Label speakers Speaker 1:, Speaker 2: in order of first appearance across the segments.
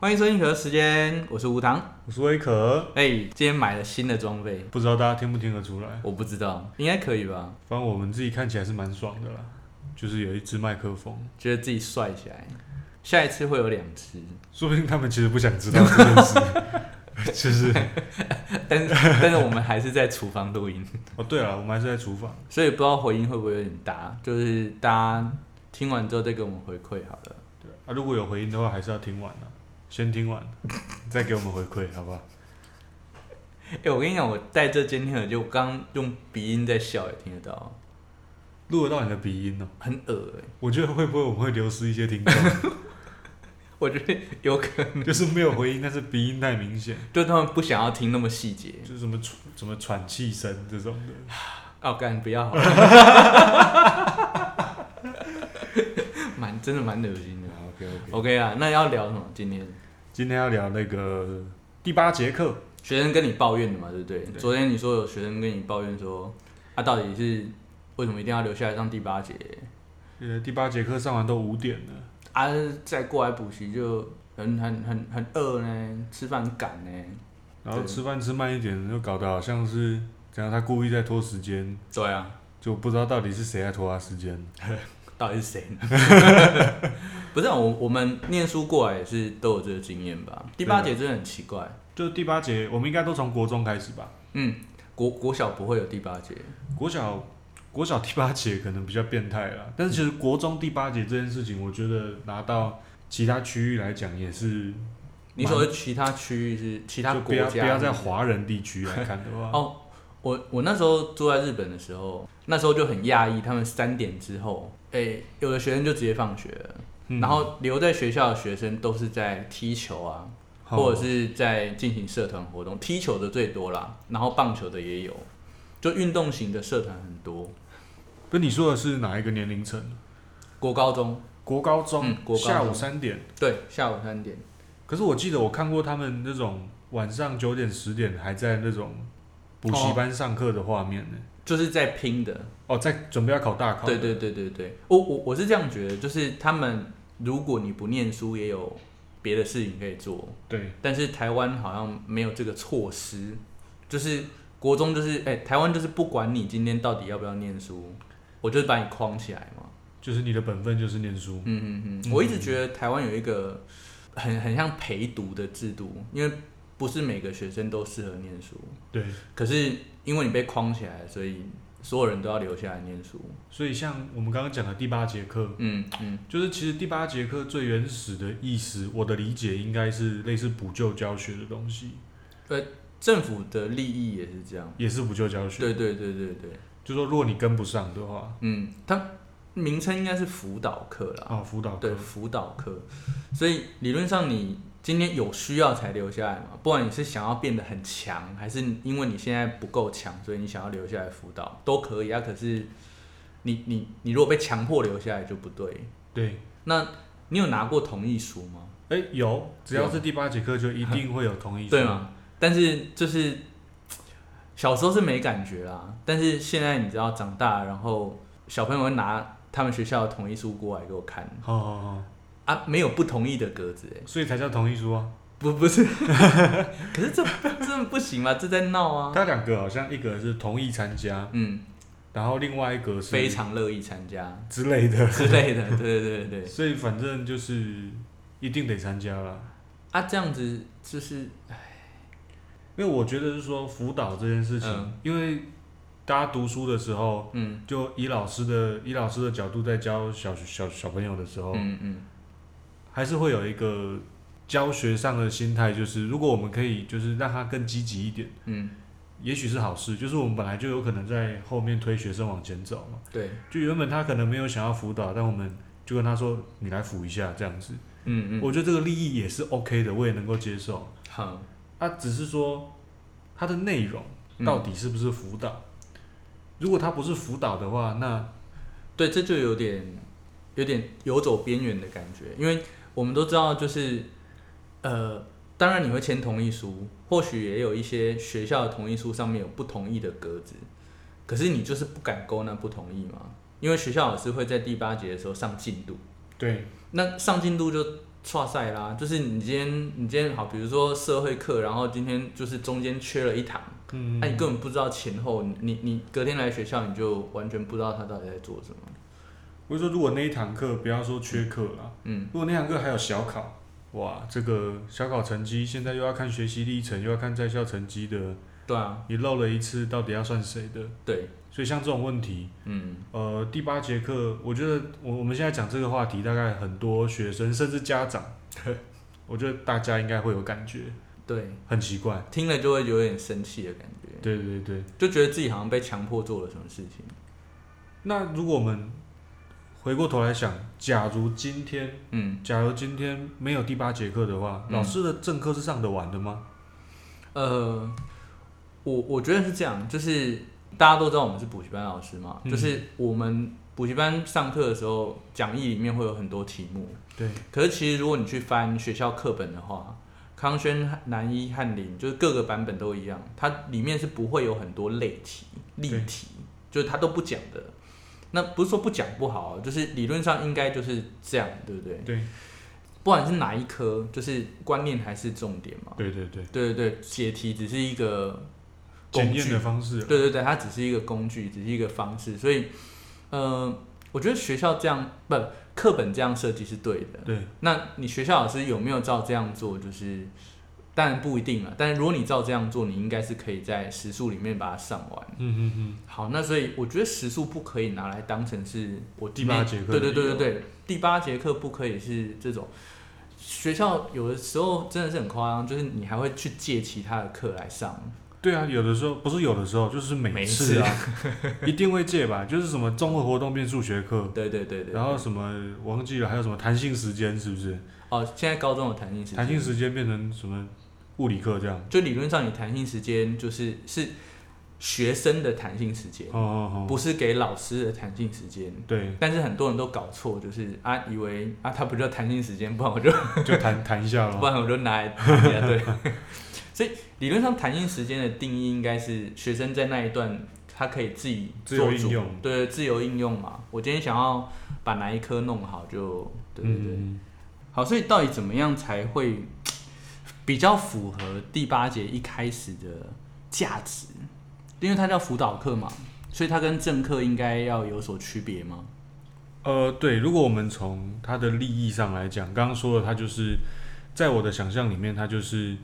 Speaker 1: 欢迎收听壳时间，我是吴糖。
Speaker 2: 我是威可，
Speaker 1: 哎、今天买了新的装备，
Speaker 2: 不知道大家听不听得出来，
Speaker 1: 我不知道，应该可以吧？
Speaker 2: 反正我们自己看起来是蛮爽的啦，就是有一支麦克风，
Speaker 1: 觉得自己帅起来，下一次会有两只，
Speaker 2: 说不定他们其实不想知道这件事， 就是
Speaker 1: 但是 但是我们还是在厨房录音，
Speaker 2: 哦，对了，我们还是在厨房，
Speaker 1: 所以不知道回音会不会有点大，就是大家听完之后再给我们回馈好了。
Speaker 2: 对啊，如果有回音的话，还是要听完啊，先听完，再给我们回馈，好不好？
Speaker 1: 哎、我跟你讲，我戴这监听耳机，我刚用鼻音在笑，也听得到，
Speaker 2: 录得到你的鼻音哦、
Speaker 1: 很耳哎、
Speaker 2: 我觉得会不会我们会流失一些听众，
Speaker 1: 我觉得有可能，
Speaker 2: 就是没有回音，但是鼻音太明显，
Speaker 1: 就他们不想要听那么细节。
Speaker 2: 就是什么喘什么喘气声这种的，
Speaker 1: 哦，干不要好了， 蛮真的蛮恶心的。
Speaker 2: OK OK，
Speaker 1: OK 啊，那要聊什么？今天
Speaker 2: 今天要聊那个第八节课，
Speaker 1: 学生跟你抱怨的嘛，对不对？
Speaker 2: 对
Speaker 1: 昨天你说有学生跟你抱怨说，他、到底是为什么一定要留下来上第八节？
Speaker 2: 呃，第八节课上完都五点了。
Speaker 1: 啊，再过来补习就很很很很饿呢，吃饭很赶呢。
Speaker 2: 然后
Speaker 1: 对
Speaker 2: 吃饭吃慢一点，就搞得好像是怎样，他故意在拖时间，
Speaker 1: 对啊，
Speaker 2: 就不知道到底是谁在拖他时间。
Speaker 1: 到底是谁呢？ 不是啊、我我们念书过来也是都有这个经验吧？第八节真的很奇怪，
Speaker 2: 就第八节，我们应该都从国中开始吧？
Speaker 1: 嗯，国国小不会有第八节，
Speaker 2: 国小，国小第八节可能比较变态啦，但是其实国中第八节这件事情，我觉得拿到其他区域来讲也是，
Speaker 1: 你所谓其他区域是其他
Speaker 2: 就
Speaker 1: 国
Speaker 2: 不要
Speaker 1: 家，
Speaker 2: 不要在华人地区来看 的话，嗯
Speaker 1: 哦，我我那时候住在日本的时候，那时候就很讶异，他们三点之后，诶、有的学生就直接放学了，
Speaker 2: 嗯
Speaker 1: 然后留在学校的学生都是在踢球啊，
Speaker 2: 哦
Speaker 1: 或者是在进行社团活动，踢球的最多啦，然后棒球的也有，就运动型的社团很多。
Speaker 2: 不是你说的是哪一个年龄层？
Speaker 1: 国高中
Speaker 2: 国高中，
Speaker 1: 嗯国高中
Speaker 2: 下午三点。
Speaker 1: 对，下午三点，
Speaker 2: 可是我记得我看过他们那种晚上九点十点还在那种补习班上课的画面呢、
Speaker 1: 就是在拼的，
Speaker 2: 哦，在准备要考大考。
Speaker 1: 对对对对对，我我我是这样觉得，就是他们如果你不念书，也有别的事情可以做，
Speaker 2: 对，
Speaker 1: 但是台湾好像没有这个措施，就是国中就是哎、台湾就是不管你今天到底要不要念书，我就是把你框起来嘛。
Speaker 2: 就是你的本分就是念书。
Speaker 1: 嗯嗯嗯，我一直觉得台湾有一个很很像陪读的制度，因为不是每个学生都适合念书，
Speaker 2: 对，
Speaker 1: 可是因为你被框起来，所以所有人都要留下来念书。
Speaker 2: 所以像我们刚刚讲的第八节课，
Speaker 1: 嗯嗯，
Speaker 2: 就是其实第八节课最原始的意思，我的理解应该是类似补救教学的东西，
Speaker 1: 政府的利益也是这样。
Speaker 2: 也是补救教学。
Speaker 1: 对对对对对，
Speaker 2: 就说如果你跟不上的话，
Speaker 1: 嗯，它名称应该是辅导课啦。
Speaker 2: 啊、辅导
Speaker 1: 对
Speaker 2: 课。
Speaker 1: 辅导课，所以理论上你今天有需要才留下来嘛，不管你是想要变得很强，还是因为你现在不够强，所以你想要留下来辅导都可以啊。可是你你你如果被强迫留下来就不对。
Speaker 2: 对，
Speaker 1: 那你有拿过同意书吗？
Speaker 2: 哎、有，只要是第八节课就一定会有同意书。
Speaker 1: 对嘛？但是就是小时候是没感觉啦，但是现在你知道长大，然后小朋友会拿他们学校的同意书过来给我看
Speaker 2: 好好好，
Speaker 1: 啊，没有不同意的格子、欸
Speaker 2: 所以才叫同意书啊。
Speaker 1: 不不是，可是这这不行嘛，这在闹啊。
Speaker 2: 他两个好像一个是同意参加，
Speaker 1: 嗯，
Speaker 2: 然后另外一个是
Speaker 1: 非常乐意参加
Speaker 2: 之类的，
Speaker 1: 之类的，对对对对。
Speaker 2: 所以反正就是一定得参加啦。
Speaker 1: 啊，这样子就是
Speaker 2: 因为我觉得是说辅导这件事情，
Speaker 1: 嗯
Speaker 2: 因为大家读书的时候，
Speaker 1: 嗯
Speaker 2: 就以老师的以老师的角度在教小小小朋友的时候，
Speaker 1: 嗯嗯，
Speaker 2: 还是会有一个教学上的心态，就是如果我们可以就是让他更积极一点，
Speaker 1: 嗯，
Speaker 2: 也许是好事。就是我们本来就有可能在后面推学生往前走嘛。
Speaker 1: 对，
Speaker 2: 就原本他可能没有想要辅导，但我们就跟他说：“你来辅一下。”这样子，
Speaker 1: 嗯嗯，嗯
Speaker 2: 我觉得这个利益也是 OK 的，我也能够接受。
Speaker 1: 好，
Speaker 2: 他只是说他的内容
Speaker 1: 嗯
Speaker 2: 到底是不是辅导？如果他不是辅导的话，那
Speaker 1: 对，这就有点有点游走边缘的感觉，因为我们都知道，就是呃，当然你会签同意书，或许也有一些学校的同意书上面有不同意的格子，可是你就是不敢勾那不同意嘛，因为学校老师会在第八节的时候上进度。
Speaker 2: 对
Speaker 1: 那上进度就跨赛啦，就是你今天你今天好，比如说社会课，然后今天就是中间缺了一堂，
Speaker 2: 嗯
Speaker 1: 那、你根本不知道前后，你你你隔天来学校你就完全不知道他到底在做什么。
Speaker 2: 我就说，如果那一堂课不要说缺课啦，
Speaker 1: 嗯，
Speaker 2: 如果那堂课还有小考，哇，这个小考成绩现在又要看学习历程，又要看在校成绩的，
Speaker 1: 对啊，
Speaker 2: 你漏了一次，到底要算谁的？
Speaker 1: 对，
Speaker 2: 所以像这种问题，
Speaker 1: 嗯，
Speaker 2: 呃，第八节课，我觉得我我们现在讲这个话题，大概很多学生甚至家长， 我觉得大家应该会有感觉，
Speaker 1: 对，
Speaker 2: 很奇怪。
Speaker 1: 听了就会有点生气的感觉，
Speaker 2: 对对对，
Speaker 1: 就觉得自己好像被强迫做了什么事情。
Speaker 2: 那如果我们回过头来想，假如今天，
Speaker 1: 嗯，
Speaker 2: 假如今天没有第八节课的话，
Speaker 1: 嗯
Speaker 2: 老师的正课是上得完的吗？
Speaker 1: 呃，我我觉得是这样，就是大家都知道我们是补习班老师嘛，
Speaker 2: 嗯
Speaker 1: 就是我们补习班上课的时候，讲义里面会有很多题目，
Speaker 2: 对，
Speaker 1: 可是其实如果你去翻学校课本的话，康轩、南一、翰林就是各个版本都一样，它里面是不会有很多类题、例
Speaker 2: 对
Speaker 1: 题，就是它都不讲的。那不是说不讲不好，啊就是理论上应该就是这样，对不对？
Speaker 2: 对，
Speaker 1: 不管是哪一科，就是观念还是重点嘛。
Speaker 2: 对对对，
Speaker 1: 对对对，解题只是一个
Speaker 2: 检
Speaker 1: 工
Speaker 2: 验
Speaker 1: 具
Speaker 2: 的方式，
Speaker 1: 对对对，它只是一个工具，只是一个方式。所以，呃，我觉得学校这样不课本这样设计是对的。
Speaker 2: 对，
Speaker 1: 那你学校老师有没有照这样做？就是当然不一定了，但是如果你照这样做，你应该是可以在时数里面把它上完。
Speaker 2: 嗯嗯嗯，
Speaker 1: 好，那所以我觉得时数不可以拿来当成是我今
Speaker 2: 第八
Speaker 1: 天
Speaker 2: 节课
Speaker 1: 对对对
Speaker 2: 的
Speaker 1: 对对，第八节课不可以是这种。学校有的时候真的是很夸张，就是你还会去借其他的课来上。
Speaker 2: 对啊，有的时候不是有的时候，就是每
Speaker 1: 每
Speaker 2: 次啊，一定会借吧，就是什么综合活动变数学课，
Speaker 1: 对对对对。
Speaker 2: 然后什么忘记了，还有什么弹性时间是不是？
Speaker 1: 哦，现在高中有弹性时间，
Speaker 2: 弹性时间变成什么物理课这样？
Speaker 1: 就理论上你弹性时间就是是学生的弹性时间，
Speaker 2: 哦哦哦，
Speaker 1: 不是给老师的弹性时间。
Speaker 2: 对，
Speaker 1: 但是很多人都搞错，就是啊，以为啊，它不叫弹性时间，不然我就
Speaker 2: 就弹弹一下
Speaker 1: 不
Speaker 2: 咯。
Speaker 1: 然我就拿来弹一下，对。 所以理论上弹性时间的定义应该是学生在那一段他可以自己
Speaker 2: 自由
Speaker 1: 做
Speaker 2: 应
Speaker 1: 主，
Speaker 2: 用，
Speaker 1: 对，自由应用嘛。我今天想要把哪一科弄好就，对对对。
Speaker 2: 嗯，
Speaker 1: 好，所以到底怎么样才会比较符合第八节一开始的价值？因为它叫辅导课嘛，所以它跟正课应该要有所区别吗？
Speaker 2: 呃，对，如果我们从它的利益上来讲，刚刚说的，它就是在我的想象里面，它就是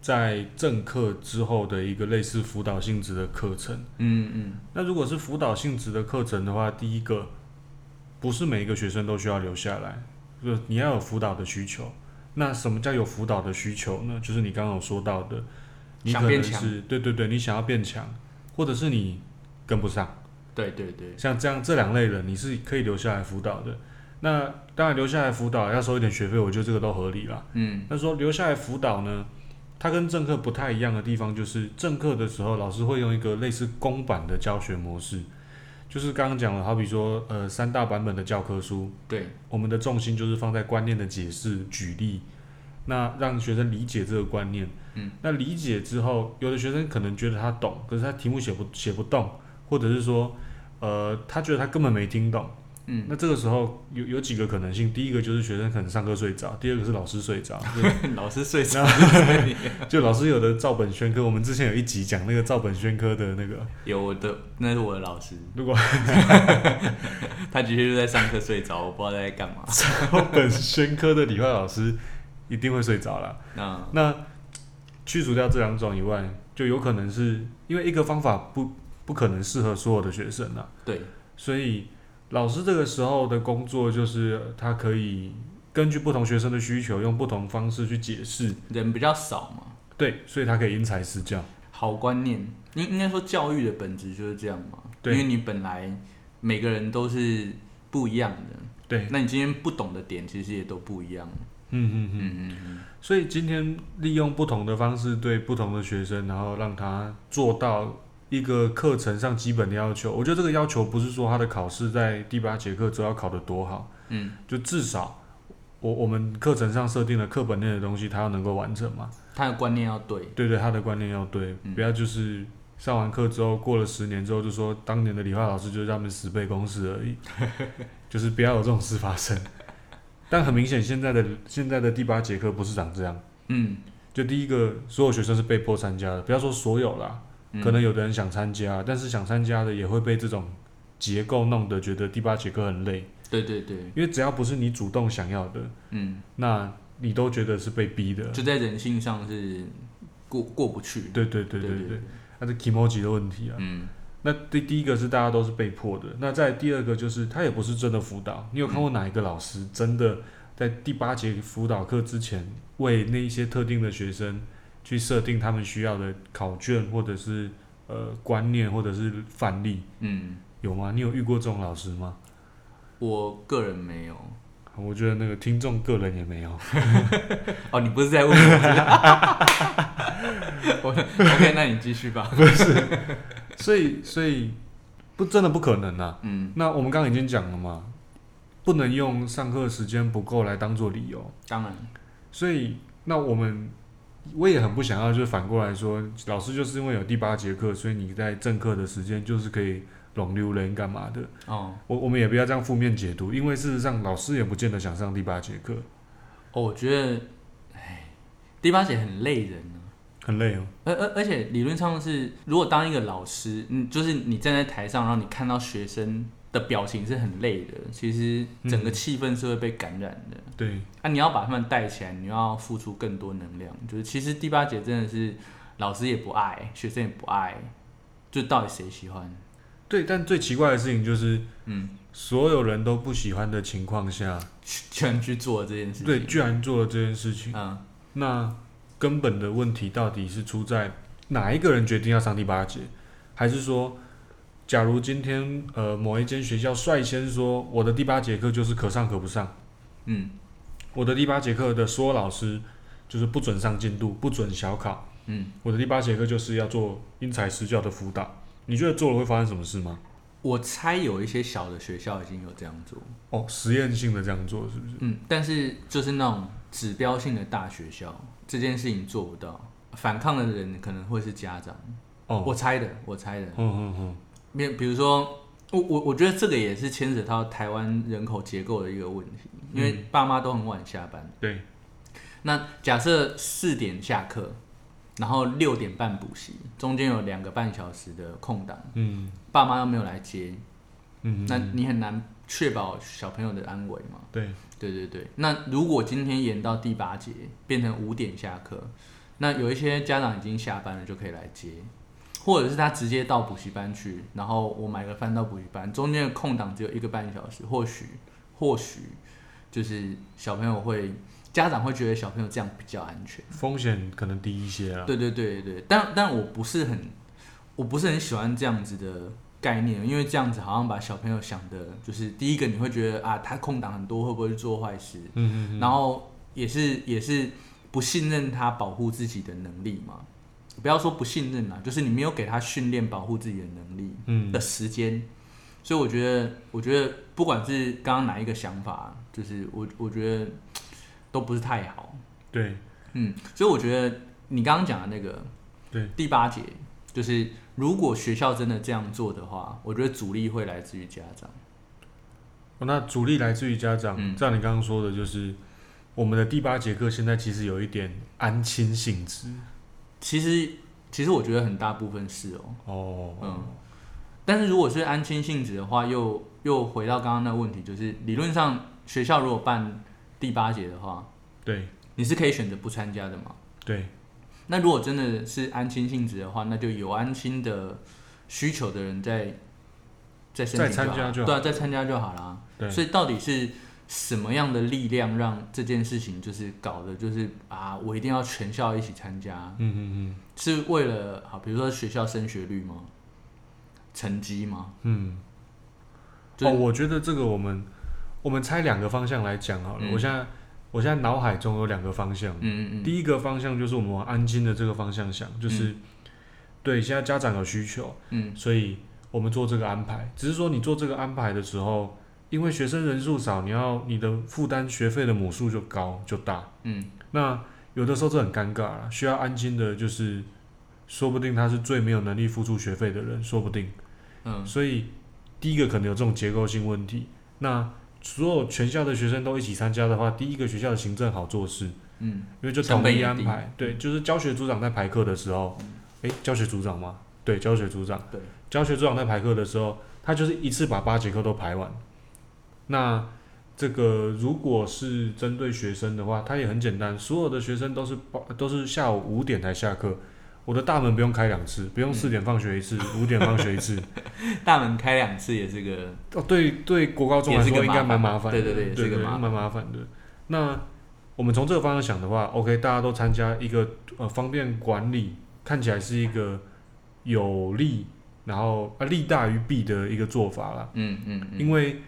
Speaker 2: 在正课之后的一个类似辅导性质的课程。
Speaker 1: 嗯嗯，
Speaker 2: 那如果是辅导性质的课程的话，第一个不是每一个学生都需要留下来，就是你要有辅导的需求。那什么叫有辅导的需求呢？就是你刚刚有说到的，你
Speaker 1: 想
Speaker 2: 可能
Speaker 1: 变强
Speaker 2: 是对对对，你想要变强，或者是你跟不上，
Speaker 1: 对对对，
Speaker 2: 像这样这两类人，你是可以留下来辅导的。那当然留下来辅导要收一点学费，我觉得这个都合理啦。
Speaker 1: 嗯
Speaker 2: 那说留下来辅导呢，它跟政课不太一样的地方就是，政课的时候老师会用一个类似公版的教学模式，就是刚刚讲了，好比说呃三大版本的教科书，
Speaker 1: 对，
Speaker 2: 我们的重心就是放在观念的解释、举例，那让学生理解这个观念。
Speaker 1: 嗯，
Speaker 2: 那理解之后，有的学生可能觉得他懂，可是他题目写不写不动，或者是说，呃，他觉得他根本没听懂。
Speaker 1: 嗯，
Speaker 2: 那这个时候有有几个可能性，第一个就是学生可能上课睡着，第二个是老师睡着，
Speaker 1: 老师睡着，
Speaker 2: 就老师有的照本宣科，我们之前有一集讲那个照本宣科的那个，
Speaker 1: 有我的那是我的老师，
Speaker 2: 如果
Speaker 1: 他直接就在上课睡着，我不知道他在干嘛。
Speaker 2: 照本宣科的理化老师一定会睡着啦。
Speaker 1: 那
Speaker 2: 那去除掉这两种以外，就有可能是因为一个方法不不可能适合所有的学生啊，
Speaker 1: 对，
Speaker 2: 所以老师这个时候的工作就是他可以根据不同学生的需求，用不同方式去解释。
Speaker 1: 人比较少嘛，
Speaker 2: 对，所以他可以因材施教。
Speaker 1: 好观念，应应该说教育的本质就是这样嘛，因
Speaker 2: 对
Speaker 1: 为你本来每个人都是不一样的。
Speaker 2: 对，
Speaker 1: 那你今天不懂的点其实也都不一样。
Speaker 2: 嗯嗯嗯。
Speaker 1: 嗯嗯嗯，
Speaker 2: 所以今天利用不同的方式对不同的学生，然后让他做到一个课程上基本的要求。我觉得这个要求不是说他的考试在第八节课之后要考得多好，
Speaker 1: 嗯，
Speaker 2: 就至少我我们课程上设定了课本内的东西，他要能够完成嘛。
Speaker 1: 他的观念要对，
Speaker 2: 对对，他的观念要对，
Speaker 1: 嗯
Speaker 2: 不要就是上完课之后过了十年之后就说当 年的理化老师就是他们十倍公式而已，就是不要有这种事发生。但很明显，现在的现在的第八节课不是长这样。
Speaker 1: 嗯，
Speaker 2: 就第一个，所有学生是被迫参加的，不要说所有啦，
Speaker 1: 嗯
Speaker 2: 可能有的人想参加，但是想参加的也会被这种结构弄得觉得第八节课很累，
Speaker 1: 对对对，
Speaker 2: 因为只要不是你主动想要的，
Speaker 1: 嗯，
Speaker 2: 那你都觉得是被逼的。
Speaker 1: 就在人性上是过过不去。
Speaker 2: 对对对
Speaker 1: 对
Speaker 2: 对
Speaker 1: 对
Speaker 2: 对，，那是 k i m o j i 的问题啊。
Speaker 1: 嗯
Speaker 2: 那第第一个是大家都是被迫的，那在第二个就是他也不是真的辅导。你有看过哪一个老师真的在第八节辅导课之前，为那一些特定的学生去设定他们需要的考卷或者是呃观念或者是范例，
Speaker 1: 嗯，
Speaker 2: 有吗？你有遇过这种老师吗？
Speaker 1: 我个人没有。
Speaker 2: 我觉得那个听众个人也没有。
Speaker 1: 哦，你不是在问我是不是？ 我 OK，那你继续吧。
Speaker 2: 所以所以不真的不可能啊。
Speaker 1: 嗯，
Speaker 2: 那我们刚刚已经讲了嘛，不能用上课时间不够来当做理由。
Speaker 1: 当然，
Speaker 2: 所以，那我们我也很不想要，就是反过来说，老师就是因为有第八节课，所以你在正课的时间就是可以拢溜人干嘛的。
Speaker 1: 哦
Speaker 2: 我我们也不要这样负面解读，因为事实上老师也不见得想上第八节课，
Speaker 1: 哦，我觉得，哎，第八节很累人啊。
Speaker 2: 很累哦。
Speaker 1: 而而而且理论上是，如果当一个老师，嗯，就是你站在台上，然后你看到学生的表情是很累的，其实整个气氛是会被感染的。
Speaker 2: 对，
Speaker 1: 啊，你要把他们带起来，你要付出更多能量。就是其实第八节真的是老师也不爱，学生也不爱，就到底谁喜欢？
Speaker 2: 对，但最奇怪的事情就是，
Speaker 1: 嗯，
Speaker 2: 所有人都不喜欢的情况下，
Speaker 1: 去居然去做这件事情。
Speaker 2: 对，居然做了这件事情，
Speaker 1: 嗯，
Speaker 2: 那根本的问题到底是出在哪一个人决定要上第八节，还是说，假如今天呃某一间学校率先说我的第八节课就是可上可不上，
Speaker 1: 嗯
Speaker 2: 我的第八节课的说老师就是不准上进度，不准小考，
Speaker 1: 嗯，
Speaker 2: 我的第八节课就是要做因材施教的辅导，你觉得做了会发生什么事吗？
Speaker 1: 我猜有一些小的学校已经有这样做，
Speaker 2: 哦，实验性的这样做是不是？
Speaker 1: 嗯，但是就是那种指标性的大学校，这件事情做不到。反抗的人可能会是家长，
Speaker 2: 哦，
Speaker 1: 我猜的，我猜的。
Speaker 2: 嗯嗯嗯，
Speaker 1: 比比如说，我我我觉得这个也是牵扯到台湾人口结构的一个问题，因
Speaker 2: 嗯
Speaker 1: 为爸妈都很晚下班。
Speaker 2: 对，
Speaker 1: 那假设四点下课，然后六点半补习，中间有两个半小时的空档，
Speaker 2: 嗯
Speaker 1: 爸妈又没有来接，
Speaker 2: 嗯，
Speaker 1: 那你很难确保小朋友的安危嘛？
Speaker 2: 对，
Speaker 1: 对对对，那如果今天延到第八节，变成五点下课，那有一些家长已经下班了就可以来接，或者是他直接到补习班去，然后我买个饭到补习班，中间的空档只有一个半小时，或许或许就是小朋友会家长会觉得小朋友这样比较安全。
Speaker 2: 风险可能低一些啊。
Speaker 1: 对对对对，但但我不是很我不是很喜欢这样子的概念，因为这样子好像把小朋友想的就是第一个你会觉得啊，他空档很多会不会去做坏事？
Speaker 2: 嗯嗯
Speaker 1: 然后也是也是不信任他保护自己的能力嘛。不要说不信任啦，就是你没有给他训练保护自己的能力
Speaker 2: 嗯
Speaker 1: 的时间。所以我觉得，我觉得不管是刚刚哪一个想法，就是我我觉得都不是太好。
Speaker 2: 对，
Speaker 1: 嗯，所以我觉得你刚刚讲的那个，
Speaker 2: 对，
Speaker 1: 第八节就是如果学校真的这样做的话，我觉得阻力会来自于家长。
Speaker 2: 哦那主力来自于家长，
Speaker 1: 嗯
Speaker 2: 照你刚刚说的，就是我们的第八节课现在其实有一点安亲性质
Speaker 1: 其实，其实我觉得很大部分是哦，
Speaker 2: 哦，
Speaker 1: 嗯，但是如果是安亲性质的话，又又回到刚刚那个问题，就是理论上学校如果办第八节的话，
Speaker 2: 对
Speaker 1: 你是可以选择不参加的嘛？
Speaker 2: 对，
Speaker 1: 那如果真的是安亲性质的话，那就有安亲的需求的人在在申请
Speaker 2: 再参
Speaker 1: 好
Speaker 2: 加就好
Speaker 1: 对啊，再参加就好啦。
Speaker 2: 对
Speaker 1: 所以到底是什么样的力量让这件事情就是搞的，就是啊，我一定要全校一起参加，
Speaker 2: 嗯嗯
Speaker 1: 是为了好，比如说学校升学率吗？成绩吗？
Speaker 2: 嗯嗯。
Speaker 1: 就
Speaker 2: 哦，
Speaker 1: 是
Speaker 2: 我觉得这个我们我们拆两个方向来讲好了。
Speaker 1: 嗯
Speaker 2: 我现在我现在脑海中有两个方向，
Speaker 1: 嗯嗯嗯，
Speaker 2: 第一个方向就是我们往安亲的这个方向想，就是、对现在家长有需求，
Speaker 1: 嗯
Speaker 2: 所以我们做这个安排。只是说你做这个安排的时候，因为学生人数少，你要你的负担学费的母数就高就大。
Speaker 1: 嗯
Speaker 2: 那有的时候这很尴尬啦，需要安心的就是，说不定他是最没有能力付出学费的人，说不定。
Speaker 1: 嗯
Speaker 2: 所以第一个可能有这种结构性问题。那所有全校的学生都一起参加的话，第一个学校的行政好做事，
Speaker 1: 嗯，
Speaker 2: 因为就
Speaker 1: 成
Speaker 2: 统
Speaker 1: 本
Speaker 2: 一
Speaker 1: 也
Speaker 2: 安
Speaker 1: 低嗯
Speaker 2: 排。对，就是教学组长在排课的时候，诶，教学组长吗？对，教学组长。
Speaker 1: 对，
Speaker 2: 教学组长在排课的时候，他就是一次把八节课都排完。那这个如果是针对学生的话，他也很简单，所有的学生都是八都是下午五点才下课。我的大门不用开两次，不用四点放学一次，
Speaker 1: 嗯
Speaker 2: 五、点放学一 次。
Speaker 1: 大门开两次也是个
Speaker 2: 哦，对对，国高中来
Speaker 1: 也是
Speaker 2: 说
Speaker 1: 个
Speaker 2: 应
Speaker 1: 麻
Speaker 2: 该蛮
Speaker 1: 烦啊
Speaker 2: 麻烦的，
Speaker 1: 对对对也是个麻烦
Speaker 2: 蛮麻烦的。那我们从这个方向想的话，OK，大家都参加一个呃方便管理，看起来是一个有利，然后啊利大于弊的一个做法啦。
Speaker 1: 嗯嗯嗯，
Speaker 2: 因为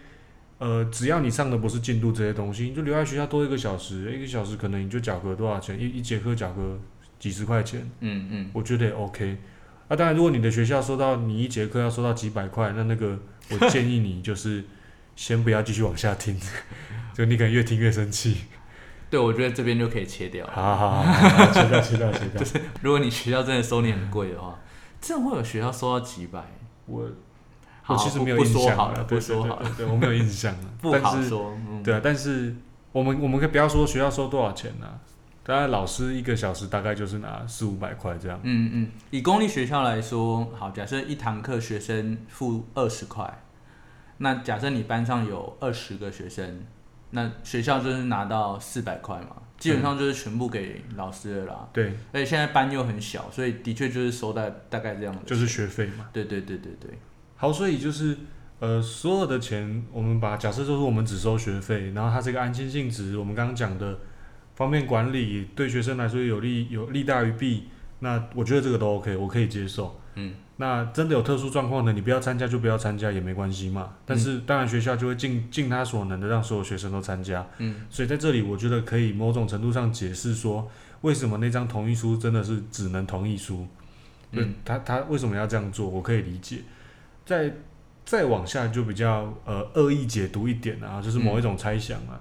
Speaker 2: 呃，只要你上的不是进度这些东西，你就留在学校多一个小时，一个小时可能你就缴个多少钱，一一节课缴个几十块钱，
Speaker 1: 嗯嗯，
Speaker 2: 我觉得也 OK。啊，当然，如果你的学校收到你一节课要收到几百块，那那个我建议你就是先不要继续往下听， 就你可能越听越生气。
Speaker 1: 对，我觉得这边就可以切掉。
Speaker 2: 好好好好，好切掉切掉切掉。
Speaker 1: 如果你学校真的收你很贵的话，真的会有学校收到几百。
Speaker 2: 我
Speaker 1: 好
Speaker 2: 我其实
Speaker 1: 不
Speaker 2: 没有
Speaker 1: 不
Speaker 2: 印
Speaker 1: 说
Speaker 2: 象
Speaker 1: 好了，
Speaker 2: 对
Speaker 1: 不说
Speaker 2: 对
Speaker 1: 好了，，
Speaker 2: 对对我没有印象了
Speaker 1: 不
Speaker 2: 但
Speaker 1: 好
Speaker 2: 是
Speaker 1: 说。嗯，
Speaker 2: 对啊，但是我们我们可以不要说学校收多少钱啊，当然老师一个小时大概就是拿四五百块这样。
Speaker 1: 嗯嗯，以公立学校来说，好，假设一堂课学生付二十块，那假设你班上有二十个学生，那学校就是拿到四百块嘛，基本上就是全部给老师了啦。
Speaker 2: 对，
Speaker 1: 而且现在班又很小，所以的确就是收在大概这样的，
Speaker 2: 就是学费嘛。
Speaker 1: 对对对对对，
Speaker 2: 好，所以就是呃，所有的钱我们把假设就是我们只收学费，然后它是一个安心性质，我们刚刚讲的方便管理，对学生来说有利有利大于弊，那我觉得这个都 OK，我可以接受。
Speaker 1: 嗯，
Speaker 2: 那真的有特殊状况的，你不要参加就不要参加也没关系
Speaker 1: 嗯
Speaker 2: 嘛。但是当然学校就会尽尽他所能的让所有学生都参加。
Speaker 1: 嗯，
Speaker 2: 所以在这里我觉得可以某种程度上解释说，为什么那张同意书真的是只能同意书。
Speaker 1: 嗯
Speaker 2: 嗯，他他为什么要这样做？我可以理解。再再往下就比较呃恶意解读一点啊，就是某一种猜想啊。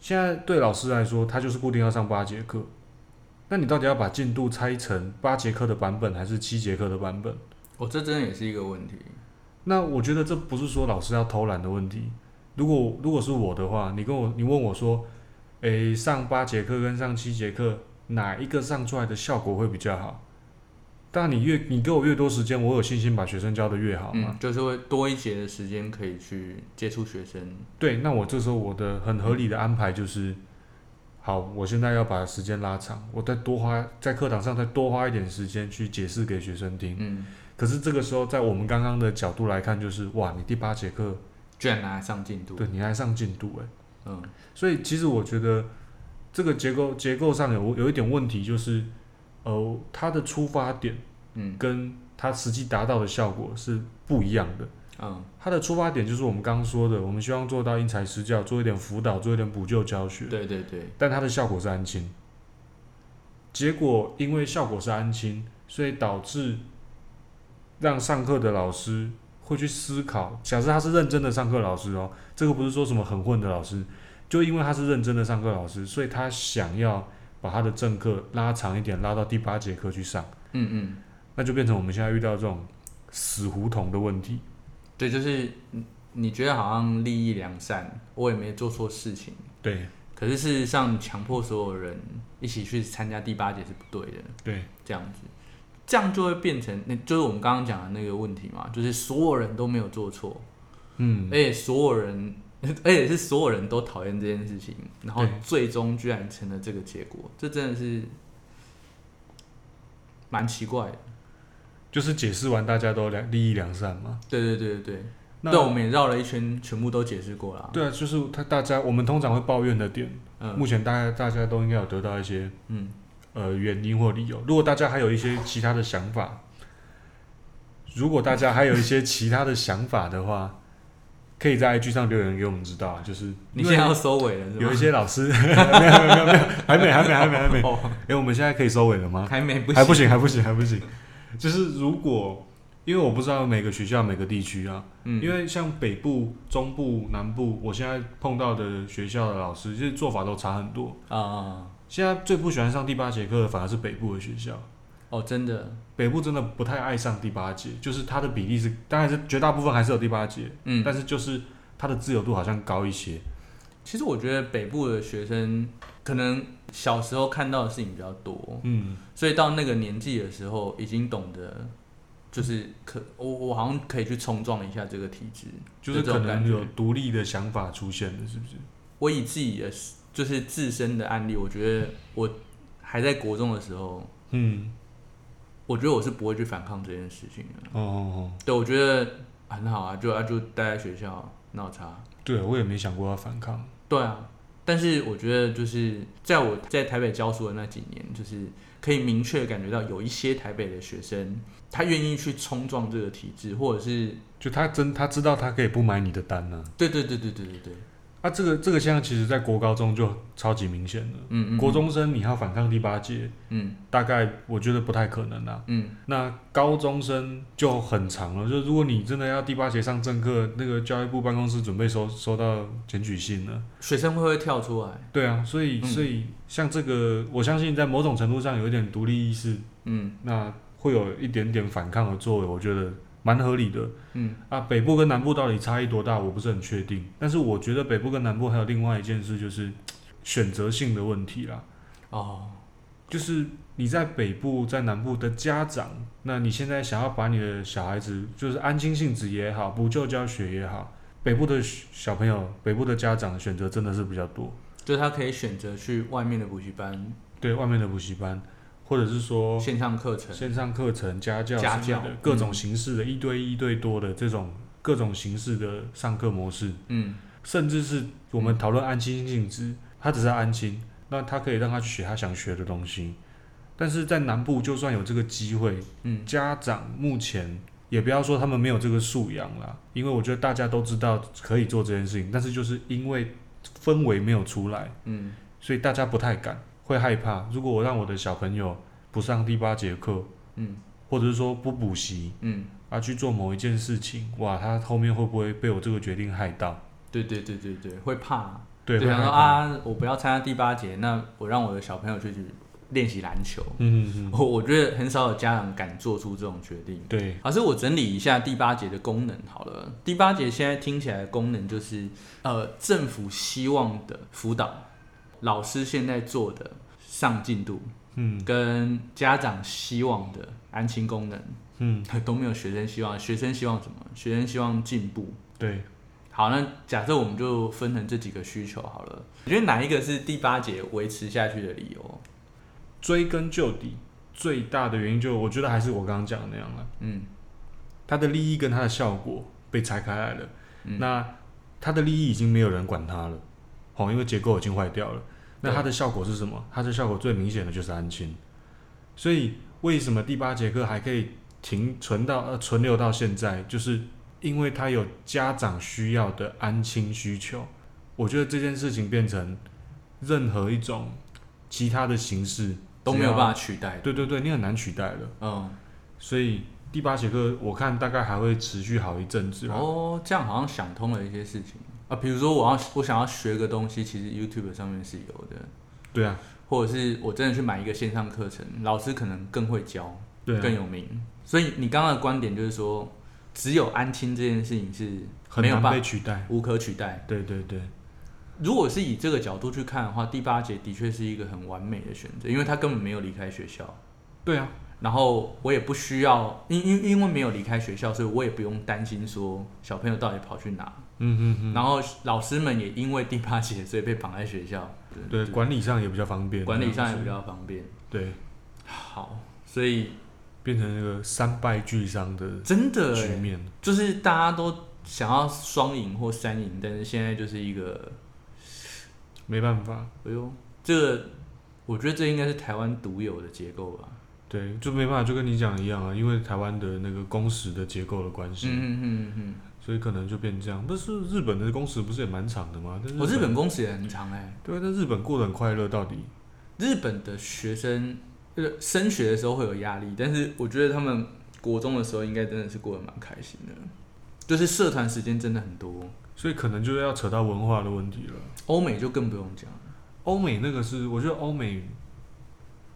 Speaker 2: 现在对老师来说，他就是固定要上八节课，那你到底要把进度拆成八节课的版本，还是七节课的版本？
Speaker 1: 我、哦这真的也是一个问题。
Speaker 2: 那我觉得这不是说老师要偷懒的问题。如果如果是我的话，你跟我你问我说，诶、上八节课跟上七节课哪一个上出来的效果会比较好？当然你越你给我越多时间，我有信心把学生教的越好嘛。
Speaker 1: 嗯，就是会多一节的时间可以去接触学生。
Speaker 2: 对，那我这时候我的很合理的安排就是，好，我现在要把时间拉长，我再多花在课堂上再多花一点时间去解释给学生听。
Speaker 1: 嗯，
Speaker 2: 可是这个时候，在我们刚刚的角度来看，就是哇，你第八节课
Speaker 1: 居然拿来上进度。
Speaker 2: 对你还上进度诶、欸
Speaker 1: 嗯
Speaker 2: 所以其实我觉得这个结构结构上有有一点问题，就是呃，它的出发点
Speaker 1: 嗯
Speaker 2: 跟它实际达到的效果是不一样的。
Speaker 1: 嗯
Speaker 2: 它的出发点就是我们刚刚说的，我们希望做到因材施教，做一点辅导，做一点补救教学。
Speaker 1: 对对对，
Speaker 2: 但它的效果是安亲。结果因为效果是安亲，所以导致让上课的老师会去思考。假设他是认真的上课老师哦，这个不是说什么很混的老师，就因为他是认真的上课老师，所以他想要把他的正课拉长一点，拉到第八节课去上，
Speaker 1: 嗯嗯。
Speaker 2: 那就变成我们现在遇到这种死胡同的问题。
Speaker 1: 对，就是你你觉得好像利益良善，我也没做错事情，
Speaker 2: 对
Speaker 1: 可是事实上强迫所有人一起去参加第八节是不对的，
Speaker 2: 对，
Speaker 1: 这样子，这样就会变成那就是我们刚刚讲的那个问题嘛，就是所有人都没有做错，
Speaker 2: 嗯
Speaker 1: 而，且所有人。 而且是所有人都讨厌这件事情，然后
Speaker 2: 对
Speaker 1: 最终居然成了这个结果，这真的是蛮奇怪的。
Speaker 2: 就是解释完大家都良利益良善嘛。
Speaker 1: 对对对对对，
Speaker 2: 那
Speaker 1: 对，我们也绕了一圈，全部都解释过了。
Speaker 2: 对啊，就是他大家我们通常会抱怨的点，
Speaker 1: 嗯
Speaker 2: 目前大家大家都应该有得到一些
Speaker 1: 嗯，
Speaker 2: 呃原因或理由。如果大家还有一些其他的想法，如果大家还有一些其他的想法的话，可以在 IG 上留言给我们知道啊。就是
Speaker 1: 你
Speaker 2: 因
Speaker 1: 现在
Speaker 2: 为
Speaker 1: 要收尾了是吗？
Speaker 2: 有一些老师 没有没有没有没有，还没还没还没还没。
Speaker 1: 哦，
Speaker 2: 哎、我们现在可以收尾了吗？
Speaker 1: 还没不
Speaker 2: 还不行还不行还不行。就是如果因为我不知道每个学校每个地区啊，
Speaker 1: 嗯，
Speaker 2: 因为像北部、中部、南部，我现在碰到的学校的老师，其实做法都差很多。
Speaker 1: 啊、啊
Speaker 2: 现在最不喜欢上第八节课的反而是北部的学校，
Speaker 1: 哦，真的，
Speaker 2: 北部真的不太爱上第八节，就是它的比例是，当然是绝大部分还是有第八节，
Speaker 1: 嗯，
Speaker 2: 但是就是它的自由度好像高一些。
Speaker 1: 其实我觉得北部的学生可能小时候看到的事情比较多，
Speaker 2: 嗯，
Speaker 1: 所以到那个年纪的时候，已经懂得就是可我我好像可以去冲撞一下这个体制，
Speaker 2: 就是
Speaker 1: 这
Speaker 2: 可
Speaker 1: 种感
Speaker 2: 能
Speaker 1: 觉
Speaker 2: 有独立的想法出现了，是不是？
Speaker 1: 我以自己的就是自身的案例，我觉得我还在国中的时候，
Speaker 2: 嗯，
Speaker 1: 我觉得我是不会去反抗这件事情的。
Speaker 2: 哦哦哦，
Speaker 1: 对，我觉得很好啊，就啊就待在学校闹叉。
Speaker 2: 对我也没想过要反抗。
Speaker 1: 对啊，但是我觉得就是在我在台北教书的那几年，就是可以明确感觉到有一些台北的学生，他愿意去冲撞这个体制，或者是
Speaker 2: 就他真他知道他可以不买你的单呢、
Speaker 1: 对对对对对对对，
Speaker 2: 啊。这个这个现象其实在国高中就超级明显了。
Speaker 1: 嗯嗯，
Speaker 2: 国中生你要反抗第八届，
Speaker 1: 嗯
Speaker 2: 大概我觉得不太可能啊。
Speaker 1: 嗯
Speaker 2: 那高中生就很长了，就是如果你真的要第八节上正课，那个教育部办公室准备收收到检举信了。
Speaker 1: 学生会不会跳出来？
Speaker 2: 对啊，所以
Speaker 1: 嗯
Speaker 2: 所以像这个，我相信在某种程度上有一点独立意识，
Speaker 1: 嗯
Speaker 2: 那会有一点点反抗的作为，我觉得蛮合理的。
Speaker 1: 嗯
Speaker 2: 啊，北部跟南部到底差异多大，我不是很确定。但是我觉得北部跟南部还有另外一件事，就是选择性的问题啦。
Speaker 1: 哦，
Speaker 2: 就是你在北部、在南部的家长，那你现在想要把你的小孩子，就是安亲性质也好，补救教学也好，北部的小朋友、北部的家长选择真的是比较多。
Speaker 1: 就他可以选择去外面的补习班、
Speaker 2: 对外面的补习班，或者是说
Speaker 1: 线上课程。
Speaker 2: 线上课程、家教、
Speaker 1: 家教
Speaker 2: 的各种
Speaker 1: 嗯
Speaker 2: 形式的、一对一、一对多的这种各种形式的上课模式。
Speaker 1: 嗯
Speaker 2: 甚至是我们讨论安心性质，他只是安心，那他可以让他去学他想学的东西。但是在南部，就算有这个机会，
Speaker 1: 嗯
Speaker 2: 家长目前也不要说他们没有这个素养啦，因为我觉得大家都知道可以做这件事情，但是就是因为氛围没有出来，
Speaker 1: 嗯
Speaker 2: 所以大家不太敢，会害怕。如果我让我的小朋友不上第八节课，
Speaker 1: 嗯
Speaker 2: 或者是说不补习
Speaker 1: 嗯，
Speaker 2: 啊，去做某一件事情，哇，他后面会不会被我这个决定害到？
Speaker 1: 对对对对对，会怕、
Speaker 2: 对，
Speaker 1: 就
Speaker 2: 会
Speaker 1: 想
Speaker 2: 害
Speaker 1: 说
Speaker 2: 怕，
Speaker 1: 啊，我不要参加第八节，那我让我的小朋友去练习篮球。
Speaker 2: 嗯嗯嗯。嗯
Speaker 1: 我我觉得很少有家长敢做出这种决定。
Speaker 2: 对，
Speaker 1: 还是我整理一下第八节的功能好了。第八节现在听起来的功能就是，呃，政府希望的辅导，老师现在做的上进度，
Speaker 2: 嗯
Speaker 1: 跟家长希望的安亲功能，
Speaker 2: 嗯，
Speaker 1: 都没有学生希望。学生希望什么？学生希望进步，
Speaker 2: 对，
Speaker 1: 好，那假设我们就分成这几个需求好了。你觉得哪一个是第八节维持下去的理由？
Speaker 2: 追根究底，最大的原因就我觉得还是我刚刚讲的那样了，啊
Speaker 1: 嗯
Speaker 2: 它的利益跟它的效果被拆开来了，
Speaker 1: 嗯
Speaker 2: 那它的利益已经没有人管它了，哦，因为结构已经坏掉了。那
Speaker 1: 对
Speaker 2: 它的效果是什么？它的效果最明显的就是安亲，所以为什么第八节课还可以停存到呃存留到现在，就是因为它有家长需要的安亲需求。我觉得这件事情变成任何一种其他的形式
Speaker 1: 都没有
Speaker 2: 法。
Speaker 1: 办法取代的。
Speaker 2: 对啊对对，你很难取代了。
Speaker 1: 嗯，
Speaker 2: 所以第八节课我看大概还会持续好一阵子啦。啊
Speaker 1: 哦，这样好像想通了一些事情啊，比如说我要我想要学个东西，其实 YouTube 上面是有的，
Speaker 2: 对啊，
Speaker 1: 或者是我真的去买一个线上课程，老师可能更会教，
Speaker 2: 对啊，
Speaker 1: 更有名。所以你刚刚的观点就是说，只有安亲这件事情是
Speaker 2: 很
Speaker 1: 没有
Speaker 2: 难
Speaker 1: 办
Speaker 2: 被
Speaker 1: 法
Speaker 2: 取代。
Speaker 1: 无可取代。
Speaker 2: 对对对，
Speaker 1: 如果是以这个角度去看的话，第八节的确是一个很完美的选择，因为他根本没有离开学校，
Speaker 2: 对啊，
Speaker 1: 然后我也不需要，因因因为没有离开学校，所以我也不用担心说小朋友到底跑去哪，
Speaker 2: 嗯嗯
Speaker 1: 然后老师们也因为第八节所以被绑在学校，
Speaker 2: 嗯，对，啊管理上也比较方便，
Speaker 1: 管理上也
Speaker 2: 是
Speaker 1: 比较方便。
Speaker 2: 对，
Speaker 1: 好，所以
Speaker 2: 变成那个三败俱伤的
Speaker 1: 真的
Speaker 2: 局
Speaker 1: 欸
Speaker 2: 面。
Speaker 1: 就是大家都想要双赢或三赢，但是现在就是一个，
Speaker 2: 没办法，
Speaker 1: 哎呦，这个我觉得这应该是台湾独有的结构吧。
Speaker 2: 对，就没办法，就跟你讲的一样啊，因为台湾的那个工时的结构的关
Speaker 1: 嗯
Speaker 2: 系，
Speaker 1: 嗯嗯嗯
Speaker 2: 所以可能就变这样。不是日本的工时不是也蛮长的吗？但
Speaker 1: 嗯，
Speaker 2: 是
Speaker 1: 我日本工时也很长哎、
Speaker 2: 对啊，但日本过得很快乐，到底
Speaker 1: 日本的学生呃升学的时候会有压力，但是我觉得他们国中的时候应该真的是过得蛮开心的，就是社团时间真的很多。
Speaker 2: 所以可能就要扯到文化的问题了。
Speaker 1: 欧美就更不用讲，
Speaker 2: 欧美那个是，我觉得欧美，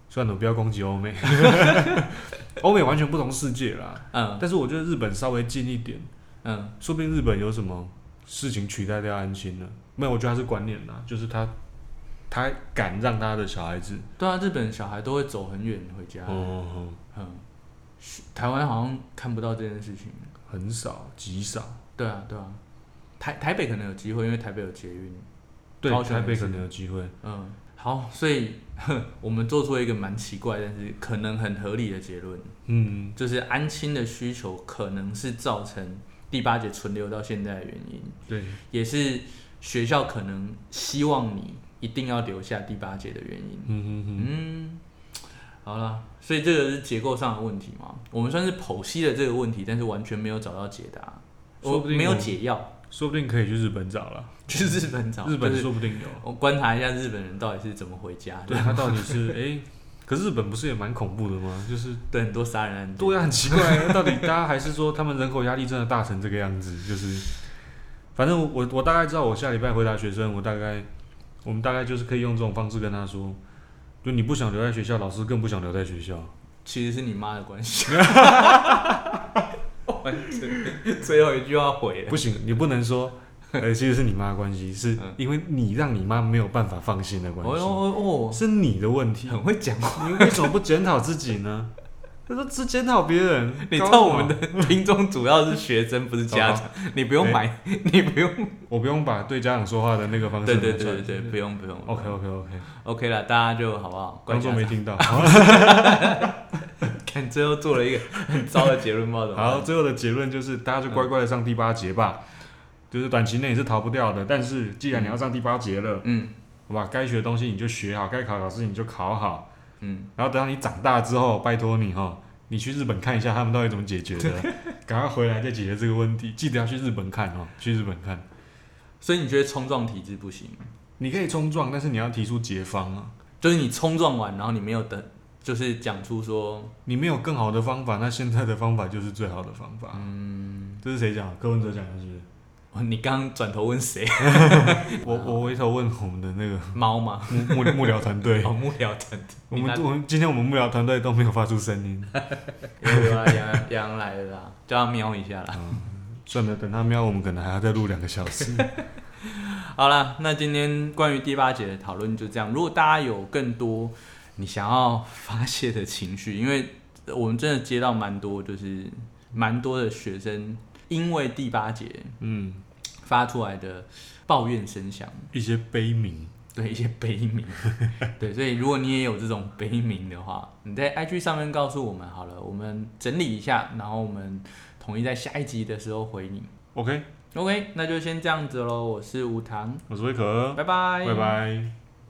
Speaker 2: 算了，不要攻击欧美， 欧美完全不同世界啦。
Speaker 1: 嗯
Speaker 2: 但是我觉得日本稍微近一点，
Speaker 1: 嗯
Speaker 2: 说不定日本有什么事情取代掉安心了。没有，我觉得他是观念啦，就是他他敢让他的小孩子，
Speaker 1: 对啊，日本小孩都会走很远回家，
Speaker 2: 哦、嗯，
Speaker 1: 嗯，是台湾好像看不到这件事情。
Speaker 2: 很少，极少。
Speaker 1: 对啊，对啊，台台北可能有机会，因为台北有捷运。
Speaker 2: 对
Speaker 1: 高，雄
Speaker 2: 台北
Speaker 1: 也是
Speaker 2: 可能有机会。
Speaker 1: 嗯，好，所以 哼我们做出一个蛮奇怪，但是可能很合理的结论，
Speaker 2: 嗯，
Speaker 1: 就是安亲的需求可能是造成第八节存留到现在的原因，
Speaker 2: 对，
Speaker 1: 也是学校可能希望你一定要留下第八节的原因。
Speaker 2: 嗯嗯嗯，
Speaker 1: 嗯，好了，所以这个是结构上的问题嘛？我们算是剖析了这个问题，但是完全没有找到解答，
Speaker 2: 说
Speaker 1: 我
Speaker 2: 不定
Speaker 1: 没有
Speaker 2: 我
Speaker 1: 解药，
Speaker 2: 说不定可以去日本找了，
Speaker 1: 去日本找
Speaker 2: 日
Speaker 1: 就
Speaker 2: 本
Speaker 1: 是
Speaker 2: 说不定有。
Speaker 1: 我观察一下日本人到底是怎么回家的，
Speaker 2: 对，他啊到底 是哎，可是日本不是也蛮恐怖的吗？就是
Speaker 1: 对很多杀人案件，
Speaker 2: 对啊，很奇怪，那 到底大家还是说他们人口压力真的大成这个样子？就是，反正我我我大概知道，我下礼拜回答学生，我大概我们大概就是可以用这种方式跟他说，就你不想留在学校，老师更不想留在学校。
Speaker 1: 其实是你妈的关 系。完全最后一句话毁了，
Speaker 2: 不行，你不能说，呃，其实是你妈的关系，是
Speaker 1: 嗯
Speaker 2: 因为你让你妈没有办法放心的关
Speaker 1: 哦
Speaker 2: 系，
Speaker 1: 哦
Speaker 2: 是你的问
Speaker 1: 哦，
Speaker 2: 题。
Speaker 1: 很会讲 话。
Speaker 2: 你为什么不检讨自己 呢？他说只检讨别人，
Speaker 1: 你知
Speaker 2: 搞
Speaker 1: 道
Speaker 2: 什
Speaker 1: 我
Speaker 2: 么
Speaker 1: 们的听众主要是学生，不是家长，
Speaker 2: 哦
Speaker 1: 你不用
Speaker 2: 哎
Speaker 1: 买，你不用。
Speaker 2: 我不用把对家长说话的那个方式
Speaker 1: 对对
Speaker 2: 拿出来
Speaker 1: 对对，不用不用。
Speaker 2: OK OK OK，
Speaker 1: OK 了，大家就好不好？观
Speaker 2: 观众
Speaker 1: 众
Speaker 2: 没听到。
Speaker 1: 看最后做了一个很糟的结论，不知道怎么办
Speaker 2: 好，最后的结论就是，大家就乖乖的上第八节吧。就是短期内你是逃不掉的，但是既然你要上第八节了，
Speaker 1: 嗯
Speaker 2: 好吧，该学的东西你就学好，该考的考试你就考好，
Speaker 1: 嗯，
Speaker 2: 然后等到你长大之后，拜托你哈，你去日本看一下他们到底怎么解决的，赶快回来再解决这个问题。记得要去日本看哦，去日本看。
Speaker 1: 所以你觉得冲撞体制不行，
Speaker 2: 你可以冲撞，但是你要提出解方啊。
Speaker 1: 就是你冲撞完，然后你没有等，就是讲出说，
Speaker 2: 你没有更好的方法，那现在的方法就是最好的方法。嗯，这是谁讲啊的？柯文哲讲的是不是？
Speaker 1: 哦 你刚刚转头问 谁？
Speaker 2: 我我回头问我们的那个
Speaker 1: 猫吗？
Speaker 2: 幕幕幕僚团 队，
Speaker 1: 哦，幕僚团队，
Speaker 2: 我
Speaker 1: 你那
Speaker 2: 们我们今天我们幕僚团队都没有发出声音，
Speaker 1: 有啦，杨杨来了啦， 嗯叫他瞄一下啦。
Speaker 2: 算了，等他喵，我们可能还要再录两个小时。
Speaker 1: 好啦，那今天关于第八节的讨论就这样。如果大家有更多你想要发泄的情绪，因为我们真的接到蛮多，就是蛮多的学生因为第八节
Speaker 2: 嗯，
Speaker 1: 发出来的抱怨声响，
Speaker 2: 一些悲鸣，
Speaker 1: 对一些悲鸣，对，所以如果你也有这种悲鸣的话，你在 IG 上面告诉我们好了，我们整理一下，然后我们统一在下一集的时候回你。
Speaker 2: OK，
Speaker 1: OK，那就先这样子喽。我是吴糖，
Speaker 2: 我是威可，
Speaker 1: 拜拜，
Speaker 2: 拜拜